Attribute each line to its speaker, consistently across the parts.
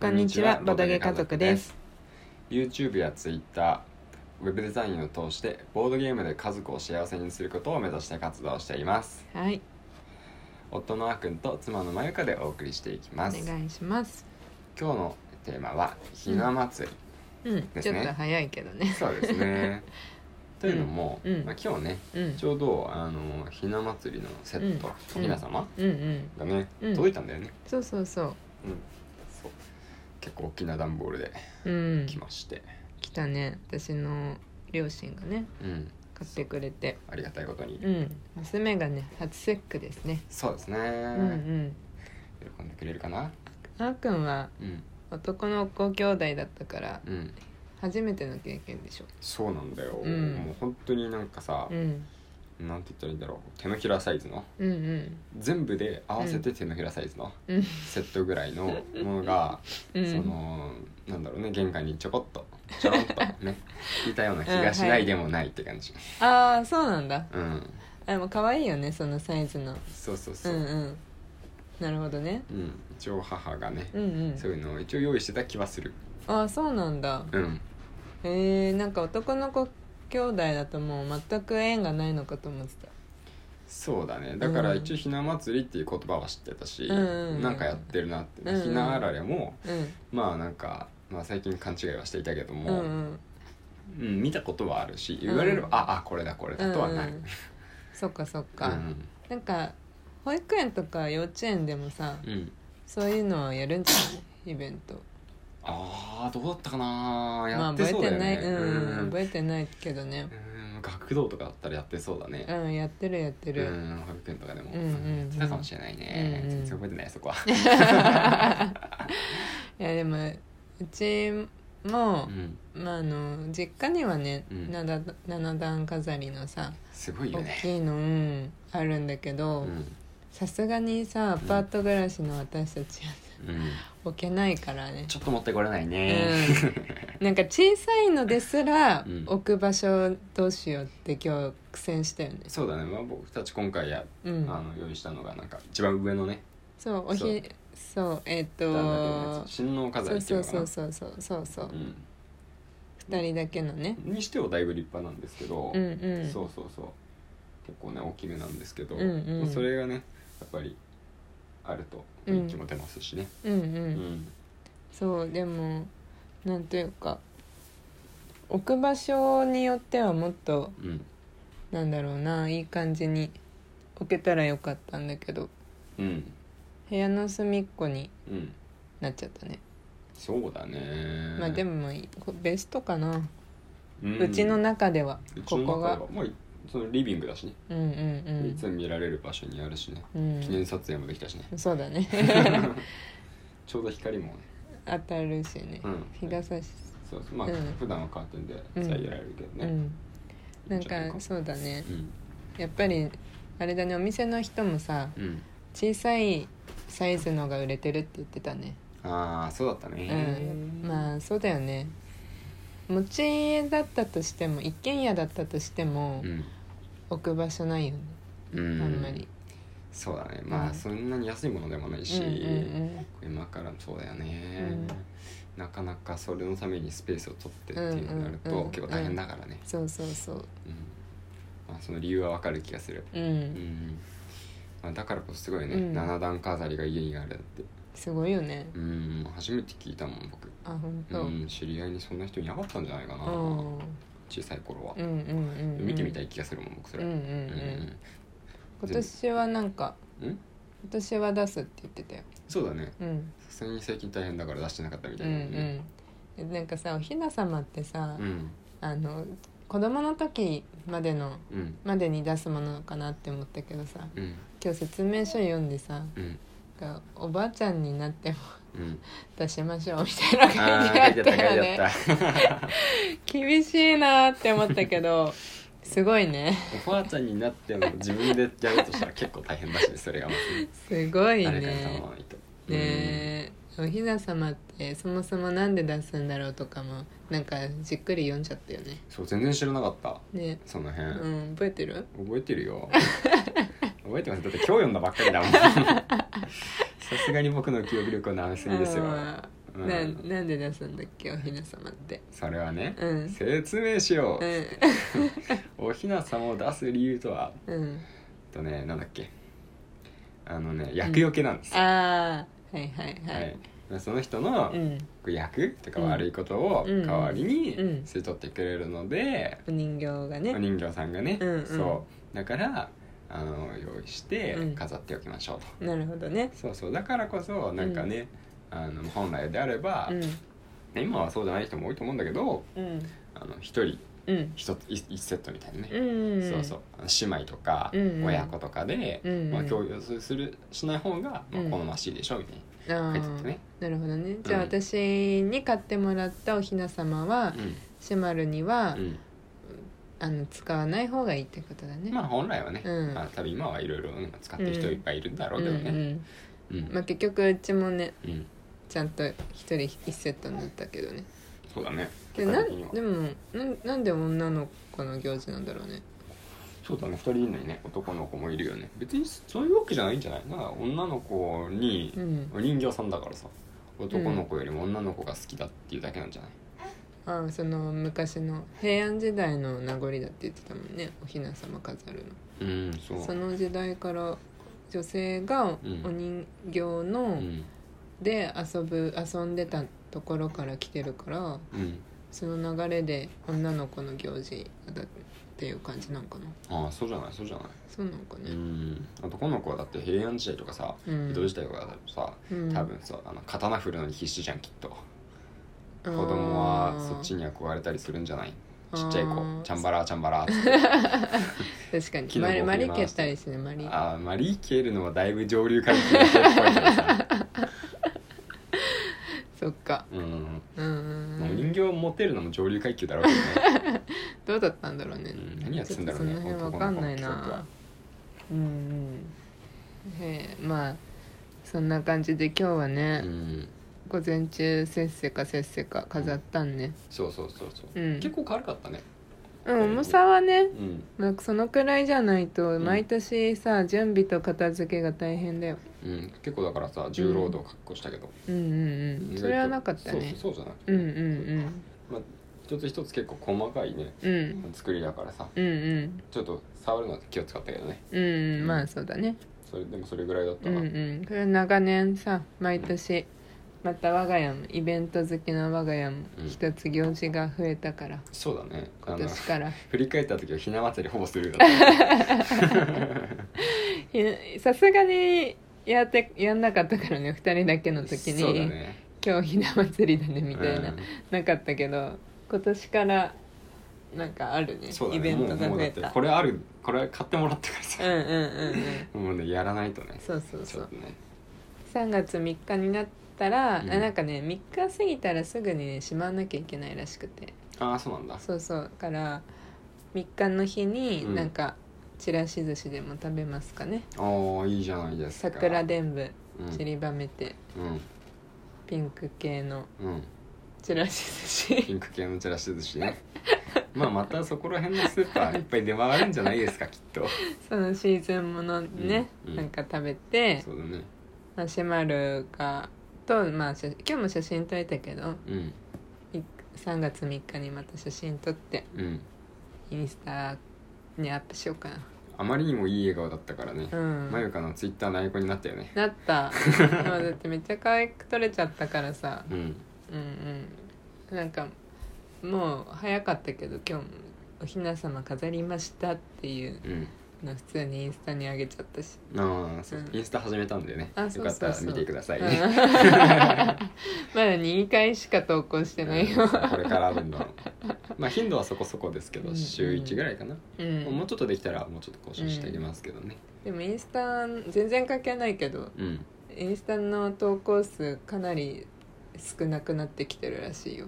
Speaker 1: こんにちはボドゲ家族です。
Speaker 2: YouTube や Twitter、ウェブデザインを通してボードゲームで家族を幸せにすることを目指して活動しています。
Speaker 1: はい
Speaker 2: 夫のあくんと妻のまゆかでお送りしていき
Speaker 1: お
Speaker 2: ます。今
Speaker 1: 願いします
Speaker 2: 日のテーマはひな祭り。
Speaker 1: うん、
Speaker 2: です
Speaker 1: ちょ
Speaker 2: ね
Speaker 1: っと早いけどね
Speaker 2: そうです ね。というのも、
Speaker 1: うんうん
Speaker 2: まあ、今日ね
Speaker 1: うん
Speaker 2: ちょうどあのひな祭りのセット、
Speaker 1: うん
Speaker 2: ひな様
Speaker 1: うんうん
Speaker 2: がね、
Speaker 1: うん
Speaker 2: 届いたんだよね。
Speaker 1: そうそうそ
Speaker 2: うん、そう結構大きな段ボールで
Speaker 1: ううん
Speaker 2: 来まして、
Speaker 1: 来たね私の両親がね
Speaker 2: うん、
Speaker 1: 買ってくれて
Speaker 2: ありがたいことに、
Speaker 1: うん娘がね初節句ですね
Speaker 2: そうですね、
Speaker 1: うんうん
Speaker 2: 喜んでくれるかな
Speaker 1: あーくんは
Speaker 2: うん
Speaker 1: 男の子兄弟だったから
Speaker 2: うん
Speaker 1: 初めての経験でしょ
Speaker 2: そうなんだよ、
Speaker 1: うん
Speaker 2: もう本当になんかさ
Speaker 1: う、ん
Speaker 2: なんて言ったらいいんだろう手のひらサイズの
Speaker 1: うんうん
Speaker 2: 全部で合わせて手のひらサイズの
Speaker 1: うん
Speaker 2: セットぐらいのものが、
Speaker 1: うん
Speaker 2: そのなんだろうね玄関にちょこっとちょろっと ねいたような気がしないでもないって感じ、
Speaker 1: ああそうなんだ
Speaker 2: うん
Speaker 1: あでも可愛いよねそのサイズの
Speaker 2: そうそうそうう、
Speaker 1: ん
Speaker 2: うん
Speaker 1: うんなるほどね
Speaker 2: 一応母がね、
Speaker 1: うんうん
Speaker 2: そういうのを一応用意してた気はする
Speaker 1: ああそうなんだ
Speaker 2: うん
Speaker 1: えー、なんか男の子兄弟だともう全く縁がないのかと思って
Speaker 2: そうだねだから
Speaker 1: うん
Speaker 2: 一応ひな祭りっていう言葉は知ってたし、
Speaker 1: うんうんうん
Speaker 2: なんかやってるなって、
Speaker 1: うんうん
Speaker 2: ひなあられも
Speaker 1: たうん
Speaker 2: まあなんか、まあ、最近勘違いはしていたけど
Speaker 1: うん
Speaker 2: も、
Speaker 1: う
Speaker 2: うん
Speaker 1: ん
Speaker 2: 見たことはあるし言われれば、
Speaker 1: うん
Speaker 2: ああこれだこれだとはなる、
Speaker 1: う
Speaker 2: うんん
Speaker 1: そっかそっか、なんか保育園とか幼稚園でもさ
Speaker 2: うん
Speaker 1: そういうのはやるんじゃないイベント
Speaker 2: ああどうだったかな
Speaker 1: ま
Speaker 2: や
Speaker 1: あ
Speaker 2: って
Speaker 1: 覚え
Speaker 2: そうだ
Speaker 1: て
Speaker 2: よ
Speaker 1: ない
Speaker 2: ね、
Speaker 1: うん、
Speaker 2: うん
Speaker 1: 覚えてないけどね
Speaker 2: うん学童とかだったらやってそうだね、
Speaker 1: うんやってるやって
Speaker 2: う
Speaker 1: る、
Speaker 2: ん保育園とかでも、
Speaker 1: うんうん
Speaker 2: やってたかもしれないね、
Speaker 1: うんうん
Speaker 2: 全然覚えてないそこは
Speaker 1: いやでもうちも
Speaker 2: う、ん
Speaker 1: まあ、あの実家にはね、
Speaker 2: うん
Speaker 1: 七七段飾りのさ
Speaker 2: すごいよ
Speaker 1: 大
Speaker 2: ね
Speaker 1: きいの、うん、あるんだけ
Speaker 2: う
Speaker 1: ど
Speaker 2: ん
Speaker 1: さすがにさアパート暮らしの私たちは
Speaker 2: うん
Speaker 1: 置けないからね
Speaker 2: ちょっと持ってこれないね、
Speaker 1: うん、なんか小さいのですら
Speaker 2: うん
Speaker 1: 置く場所どうしようって今日苦戦したよね、
Speaker 2: そうだね、まあ、僕たち今回や、
Speaker 1: う
Speaker 2: あ
Speaker 1: ん、
Speaker 2: の用意したのがなんか一番上のね
Speaker 1: そうおひそうえっ、
Speaker 2: 段だ
Speaker 1: と
Speaker 2: け新郎飾
Speaker 1: そ
Speaker 2: り
Speaker 1: う
Speaker 2: って
Speaker 1: そ
Speaker 2: いう
Speaker 1: う
Speaker 2: のかな
Speaker 1: そうそうそうそうそう
Speaker 2: うん
Speaker 1: 2人だけのね
Speaker 2: にしてはだいぶ立派なんですけど、
Speaker 1: うんうん
Speaker 2: そうそうそう結構ね大きめなんですけど、
Speaker 1: うんうん
Speaker 2: それがねやっぱりあると雰囲気も出ますしね、
Speaker 1: うんう
Speaker 2: うん
Speaker 1: んそうでもなんというか置く場所によってはもっと
Speaker 2: うん
Speaker 1: なんだろうないい感じに置けたらよかったんだけど
Speaker 2: うん
Speaker 1: 部屋の隅っこに
Speaker 2: うん
Speaker 1: なっちゃったね
Speaker 2: そうだね
Speaker 1: まあでもまあいいこベストかな、
Speaker 2: うん
Speaker 1: うちの中では
Speaker 2: うち
Speaker 1: こ
Speaker 2: の中
Speaker 1: こが
Speaker 2: はまあそのリビングだしね、
Speaker 1: うんうん
Speaker 2: いつも見られる場所にあるしね
Speaker 1: うん
Speaker 2: 記念撮影もできたし ね、
Speaker 1: うんそうだ ね
Speaker 2: ちょうど光もね、
Speaker 1: 当たるしね、
Speaker 2: うん
Speaker 1: 日が差し、
Speaker 2: そうそうまあ、
Speaker 1: うん
Speaker 2: 普段はカーテンで遮られるけど
Speaker 1: う
Speaker 2: ね、
Speaker 1: んなん
Speaker 2: いいじゃない
Speaker 1: かそうだね
Speaker 2: うん
Speaker 1: やっぱりあれだねお店の人もさ
Speaker 2: うん
Speaker 1: 小さいサイズのが売れてるって言ってたね
Speaker 2: ああそうだったね
Speaker 1: うんまあそうだよね持ち家だったとしても一軒家だったとしても
Speaker 2: うん
Speaker 1: 置く場所ないよね、
Speaker 2: うん
Speaker 1: あんまり
Speaker 2: そうだねまあ、
Speaker 1: うん
Speaker 2: そんなに安いものでもないし、
Speaker 1: うんうん
Speaker 2: 今からそうだよね、
Speaker 1: うん
Speaker 2: なかなかそれのためにスペースを取ってっていうのになると、
Speaker 1: うんうんうん
Speaker 2: 結構大変だからね、
Speaker 1: そうそうそう
Speaker 2: うんまあ、その理由はわかる気がする、
Speaker 1: うん、
Speaker 2: うんまあ、だからこそすごいね、
Speaker 1: うん
Speaker 2: 七段飾りが家にあるって
Speaker 1: すごいよね
Speaker 2: うん初めて聞いたもん僕
Speaker 1: あ本当、
Speaker 2: う
Speaker 1: うん
Speaker 2: ん、知り合いにそんな人いなかったんじゃないかな、
Speaker 1: うん
Speaker 2: 小さい頃は
Speaker 1: う、んうんうん
Speaker 2: 見てみた
Speaker 1: い
Speaker 2: い気がするもん僕そ
Speaker 1: うん
Speaker 2: れ、
Speaker 1: うんう
Speaker 2: うん
Speaker 1: ん今年はなんか
Speaker 2: うんうん
Speaker 1: 今年は出すって言ってたよ
Speaker 2: そうだね
Speaker 1: うん
Speaker 2: さすがに最近大変だから出してなかったみ
Speaker 1: う
Speaker 2: たい
Speaker 1: ん
Speaker 2: なもんね
Speaker 1: うんなんかさおひな様ってさ、
Speaker 2: うん
Speaker 1: あの子供の時までの
Speaker 2: うん
Speaker 1: までに出すものかなって思ったけどさ
Speaker 2: うん
Speaker 1: 今日説明書読んでさ
Speaker 2: うん
Speaker 1: なんかおばあちゃんになっても
Speaker 2: うん
Speaker 1: 出しましょうみたいな
Speaker 2: ああ
Speaker 1: 感
Speaker 2: 書
Speaker 1: じ
Speaker 2: い
Speaker 1: だ
Speaker 2: てあ
Speaker 1: っ
Speaker 2: ったた書
Speaker 1: よ
Speaker 2: いて
Speaker 1: ね
Speaker 2: あった
Speaker 1: 厳しいなーって思ったけどすごいね
Speaker 2: おばあちゃんになっても自分でやろうとしたら結構大変だし、ね、それがまず
Speaker 1: すごい
Speaker 2: 誰かに頼
Speaker 1: ね
Speaker 2: まないと
Speaker 1: ねえおひな様ってそもそもなんで出すんだろうとかもなんかじっくり読んじゃったよね
Speaker 2: うんそう全然知らなかった
Speaker 1: ね
Speaker 2: その
Speaker 1: う
Speaker 2: 辺、
Speaker 1: ん覚えてる
Speaker 2: 覚えてるよ覚えてますだっ て今日読んだばっかりだもんさすがに僕の記憶力はなめすぎですよ
Speaker 1: あ
Speaker 2: うん
Speaker 1: ななんで出すんだっけおひなさまって
Speaker 2: それはね、
Speaker 1: うん
Speaker 2: 説明しよ
Speaker 1: う
Speaker 2: う、
Speaker 1: ん
Speaker 2: おひなさまを出す理由とは
Speaker 1: うん
Speaker 2: えっとねなんだっけあのね厄除けなんです、
Speaker 1: ああはいはいは
Speaker 2: はいい、その人の
Speaker 1: うん
Speaker 2: 役とか
Speaker 1: うん
Speaker 2: 悪いことを
Speaker 1: うん
Speaker 2: 代わりに
Speaker 1: うん
Speaker 2: 吸い取ってくれるので、
Speaker 1: お人形がね
Speaker 2: お人形さんがね、
Speaker 1: うんうん
Speaker 2: そうだからあの用意して
Speaker 1: うん
Speaker 2: 飾っておきましょうと、
Speaker 1: なるほどね
Speaker 2: そうそうだからこそなんかね、あの本来であれば、
Speaker 1: うん
Speaker 2: 今はそうじゃない人も多いと思うんだけど
Speaker 1: うん
Speaker 2: あの一人
Speaker 1: うん
Speaker 2: 一つ一一セットみたいなね、
Speaker 1: うん
Speaker 2: そうそうあの姉妹とか
Speaker 1: うんうん
Speaker 2: 親子とかで、
Speaker 1: うんうん
Speaker 2: まあ、共有するしない方が、まあ、
Speaker 1: うん
Speaker 2: 好ましいでしょみたいな。
Speaker 1: あー
Speaker 2: 書いてあったね
Speaker 1: なるほどねじゃあ私に買ってもらったおひなさまは
Speaker 2: う
Speaker 1: シェマルには
Speaker 2: ん
Speaker 1: あの使わない方がいいってことだ
Speaker 2: う
Speaker 1: ね
Speaker 2: ん、まあ本来はね、
Speaker 1: うん
Speaker 2: まあ、多分今はいろいろ使ってる人いっぱいいるんだろうけど
Speaker 1: うん
Speaker 2: ね、うん
Speaker 1: うんまあ結局うちもね
Speaker 2: うん
Speaker 1: ちゃんと一人一セットになったけどね
Speaker 2: そうだね
Speaker 1: でな
Speaker 2: 結果的には
Speaker 1: でもなんなんで女の子の行事なんだろうね
Speaker 2: そうだね2人いるのにね男の子もいるよね別にそういうわけじゃないんじゃないなんか女の子に
Speaker 1: うん
Speaker 2: お人形さんだからさ男の子よりも女の子が好きだっていうだけなんじゃない、
Speaker 1: ああその昔の平安時代の名残だって言ってたもんねおひなさま飾る
Speaker 2: うん、そう
Speaker 1: のその時代から女性が
Speaker 2: うん
Speaker 1: お人形の、
Speaker 2: うん
Speaker 1: で遊ぶ遊んでたところから来てるから
Speaker 2: うん
Speaker 1: その流れで女の子の行事だっていう感じなんかな
Speaker 2: ああそうじゃないそうじゃない
Speaker 1: そうなんか
Speaker 2: う
Speaker 1: ね
Speaker 2: ん男の子はだって平安時代とかさ
Speaker 1: うん
Speaker 2: 江戸時代とかだとさ、
Speaker 1: うん
Speaker 2: 多分そうあの刀振るのに必死じゃんきっと子供はそっち
Speaker 1: に
Speaker 2: に憧れたりするんじゃない
Speaker 1: あ
Speaker 2: ち
Speaker 1: ー
Speaker 2: っちゃい子チャンバラーチャンバラーって
Speaker 1: 確かに
Speaker 2: 木の棒
Speaker 1: マリマリ蹴
Speaker 2: 振り回
Speaker 1: っ
Speaker 2: して
Speaker 1: たりしてねマリ
Speaker 2: あーまあリーケルのはだいぶ上流階級の人っぽいからさ
Speaker 1: そっか
Speaker 2: うん、
Speaker 1: うんうん
Speaker 2: まあ
Speaker 1: う
Speaker 2: お
Speaker 1: ん
Speaker 2: 人形持てるのも上流階級だろうけ どね、
Speaker 1: どうだったんだろうね
Speaker 2: うん、何やってん
Speaker 1: ち
Speaker 2: だ
Speaker 1: ょっと
Speaker 2: ろうね
Speaker 1: その辺わかんない
Speaker 2: 男の子の記録
Speaker 1: な
Speaker 2: は
Speaker 1: うんうんへえまあそんな感じで今日はね、
Speaker 2: うん
Speaker 1: 午前中せっせかせっせか飾ったんね
Speaker 2: そうそうそうそう、
Speaker 1: うん
Speaker 2: 結構軽かったね
Speaker 1: うん重さはね
Speaker 2: うん
Speaker 1: なんかそのくらいじゃないと
Speaker 2: ん
Speaker 1: 毎年さ、準備と片付けが大変だよ
Speaker 2: うん、結構だからさ重労働確保したけど、
Speaker 1: うんうんうんそれはなかったね
Speaker 2: そうそうそうじゃなくて
Speaker 1: うんうん
Speaker 2: ね、まあ、一つ一つ結構細かいね
Speaker 1: うんうん
Speaker 2: 作りだからさ
Speaker 1: うんうん
Speaker 2: ちょっと触るのは気を使ったけどね
Speaker 1: うんうんまあそうだね
Speaker 2: それでもそれぐらいだった
Speaker 1: うん
Speaker 2: な、
Speaker 1: うんこれは長年さ毎年また我が家もイベント好きな我が家も
Speaker 2: うん
Speaker 1: 一つ行事が増えたから
Speaker 2: そうだねあ
Speaker 1: 今
Speaker 2: の
Speaker 1: 年から
Speaker 2: 振り返った時はひな祭りほぼするだった
Speaker 1: いやさすがにやってやんなかったからね2人だけの 時に
Speaker 2: そうだね
Speaker 1: 今日ひな祭りだねみたいな、
Speaker 2: うん
Speaker 1: なかったけど今年からなんかあるね
Speaker 2: そうだね
Speaker 1: イベントが
Speaker 2: もうも
Speaker 1: 増
Speaker 2: うだ
Speaker 1: え
Speaker 2: って
Speaker 1: た
Speaker 2: これあるこれ買ってもらったからさ
Speaker 1: うん、うんうんうん
Speaker 2: もうねやらないとね
Speaker 1: そうそう
Speaker 2: ち
Speaker 1: そ
Speaker 2: ょっ
Speaker 1: う
Speaker 2: とね
Speaker 1: 3月3日になったら、あ
Speaker 2: うん
Speaker 1: なんかね3日過ぎたらすぐにねしまわなきゃいけないらしくて
Speaker 2: ああそうなんだ
Speaker 1: そうそうだから3日の日に
Speaker 2: うん
Speaker 1: なんかちらし寿司でも食べますかね、
Speaker 2: ああいいじゃないですか
Speaker 1: 桜伝舞
Speaker 2: うん
Speaker 1: 散りばめて
Speaker 2: うん
Speaker 1: ピンク系の
Speaker 2: うん
Speaker 1: ちらし寿司
Speaker 2: ピンク系のチラシ寿司ね まあまたそこら辺のスーパーいっぱい出回るんじゃない ですかきっと
Speaker 1: そのシーズンものね、
Speaker 2: うんうん
Speaker 1: なんか食べて
Speaker 2: そうだね
Speaker 1: マシュマロがと、まあ、写今日も写真撮れたけど
Speaker 2: うん
Speaker 1: い3月3日にまた写真撮って
Speaker 2: うん
Speaker 1: インスタにアップしようか
Speaker 2: あまりにもいい笑顔だったからね、
Speaker 1: なうん
Speaker 2: まゆかのツイッターのアイコンになったよね
Speaker 1: なったでもだってめっちゃ可愛く撮れちゃったからさ
Speaker 2: うん
Speaker 1: うんうんなんかもう早かったけど今日もおひなさま飾りましたっていう
Speaker 2: うん
Speaker 1: の普通にインスタに上げちゃったし
Speaker 2: ああそう、
Speaker 1: うん
Speaker 2: インスタ始めたんでね
Speaker 1: あそう
Speaker 2: よかったら
Speaker 1: そうそう
Speaker 2: 見てください
Speaker 1: うん
Speaker 2: ね、
Speaker 1: まだ2回しか投稿してないよ、
Speaker 2: これからどんどんまあ頻度はそこそこですけど、
Speaker 1: うん
Speaker 2: 週1ぐらいかな、
Speaker 1: うん、
Speaker 2: もうちょっとできたらもうちょっと更新してあげますけどね
Speaker 1: でもインスタ全然関係ないけど
Speaker 2: うん、
Speaker 1: インスタの投稿数かなり少なくなってきてるらしいよ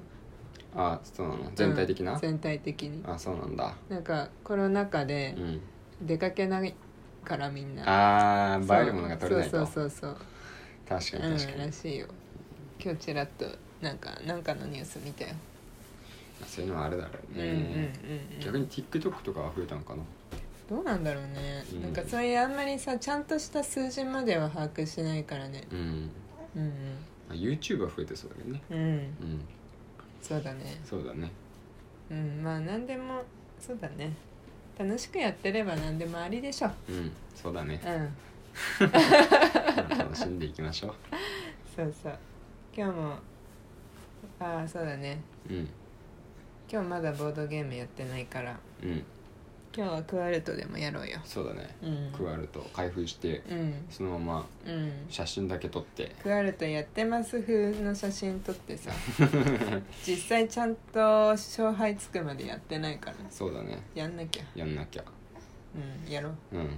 Speaker 2: ああそうなの全体的な、
Speaker 1: うん全体的に
Speaker 2: あそうなんだ
Speaker 1: なんかコロナ禍で
Speaker 2: うん
Speaker 1: 出かけないからみんな
Speaker 2: あ
Speaker 1: そう
Speaker 2: あ映えるものが取れない
Speaker 1: そ
Speaker 2: と
Speaker 1: うそうそう
Speaker 2: 確か
Speaker 1: そう、
Speaker 2: に確か
Speaker 1: うん、
Speaker 2: に、
Speaker 1: らしいよ今日ちらっとなんかなんかのニュース見たよ、
Speaker 2: そういうのはあれだろう
Speaker 1: う
Speaker 2: ね、
Speaker 1: んうんうんうん
Speaker 2: 逆に TikTok とかは増えたのかな
Speaker 1: どうなんだろうね、
Speaker 2: うん
Speaker 1: なんかそういうあんまりさちゃんとした数字までは把握しないからね
Speaker 2: うん
Speaker 1: うんうん
Speaker 2: まあ、YouTube は増えてそうだけどね
Speaker 1: うん
Speaker 2: うん
Speaker 1: そうだね
Speaker 2: そうだね
Speaker 1: うんまあ何でもそうだね楽しくやってれば何でもありでしょ
Speaker 2: うんそうだね
Speaker 1: うん
Speaker 2: まあ楽しんでいきましょ
Speaker 1: そうそう今日もああそうだね
Speaker 2: ううん
Speaker 1: 今日まだボードゲームやってないから
Speaker 2: うん
Speaker 1: 今日はクワルトでもやろうよ
Speaker 2: そうだね
Speaker 1: うん
Speaker 2: 加わると開封して
Speaker 1: うん
Speaker 2: そのまま
Speaker 1: うん
Speaker 2: 写真だけ撮って
Speaker 1: クワルトやってます風の写真撮ってさ実際ちゃんと勝敗つくまでやってないから
Speaker 2: そうだね
Speaker 1: やんなきゃ
Speaker 2: やんなきゃ
Speaker 1: うんやろう
Speaker 2: うん
Speaker 1: う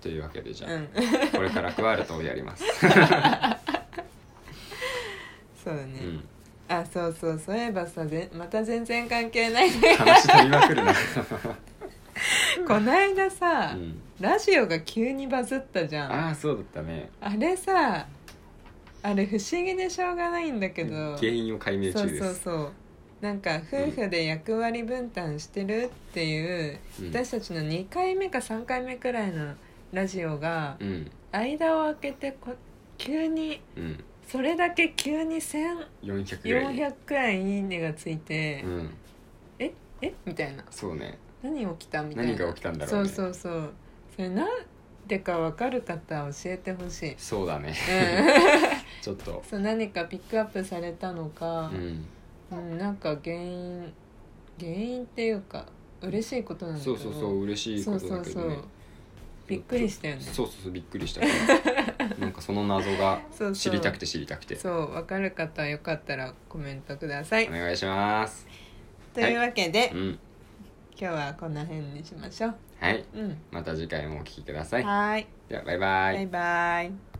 Speaker 2: というわけでじ
Speaker 1: んう
Speaker 2: ゃ
Speaker 1: ん
Speaker 2: あこれからクワルトをやります
Speaker 1: そうだ
Speaker 2: う
Speaker 1: ね、
Speaker 2: ん
Speaker 1: あそうそうそういえばさぜまた全然関係ないね
Speaker 2: 話飛びまくる な
Speaker 1: こないだ
Speaker 2: う
Speaker 1: さ、
Speaker 2: ん
Speaker 1: ラジオが急にバズったじゃん
Speaker 2: あ
Speaker 1: あ
Speaker 2: あそうだったね
Speaker 1: れさあれ不思議でしょうがないんだけど
Speaker 2: 原因を解明
Speaker 1: そ
Speaker 2: 中
Speaker 1: う
Speaker 2: です
Speaker 1: そうそうなんか夫婦で役割分担してるっていう、
Speaker 2: うん
Speaker 1: 私たちの2回目か3回目くらいのラジオが
Speaker 2: うん
Speaker 1: 間を空けてこ急に
Speaker 2: うん
Speaker 1: それだけ急に1400
Speaker 2: 400ぐらい
Speaker 1: 400くらい「いいね」がついて「
Speaker 2: うん
Speaker 1: ええみたいな
Speaker 2: そうね
Speaker 1: 「何起きた?」みたいな
Speaker 2: 何が起きたんだろうね
Speaker 1: そうそうそうそれなんでか分かる方教えてほし い、
Speaker 2: そうだね
Speaker 1: うん、
Speaker 2: ちょっと
Speaker 1: そう何かピックアップされたのか、
Speaker 2: うん
Speaker 1: うん、なんか原因原因っていうか嬉しいことなんだけ
Speaker 2: そ
Speaker 1: ど
Speaker 2: うそうそう嬉しいことだけど
Speaker 1: そうそう
Speaker 2: ね
Speaker 1: そうびっくりしたよね
Speaker 2: そうそうそうびっく りしたからなんかその謎が
Speaker 1: そうそう
Speaker 2: 知りたくて知りたくて
Speaker 1: そう分かる方はよかったらコメントください
Speaker 2: お願いします
Speaker 1: というわけで、
Speaker 2: う
Speaker 1: 今
Speaker 2: ん
Speaker 1: 日はこの辺にしましょう
Speaker 2: はい
Speaker 1: うん
Speaker 2: また次回もお聞きください
Speaker 1: はーい
Speaker 2: ではバイバイ
Speaker 1: バイバイ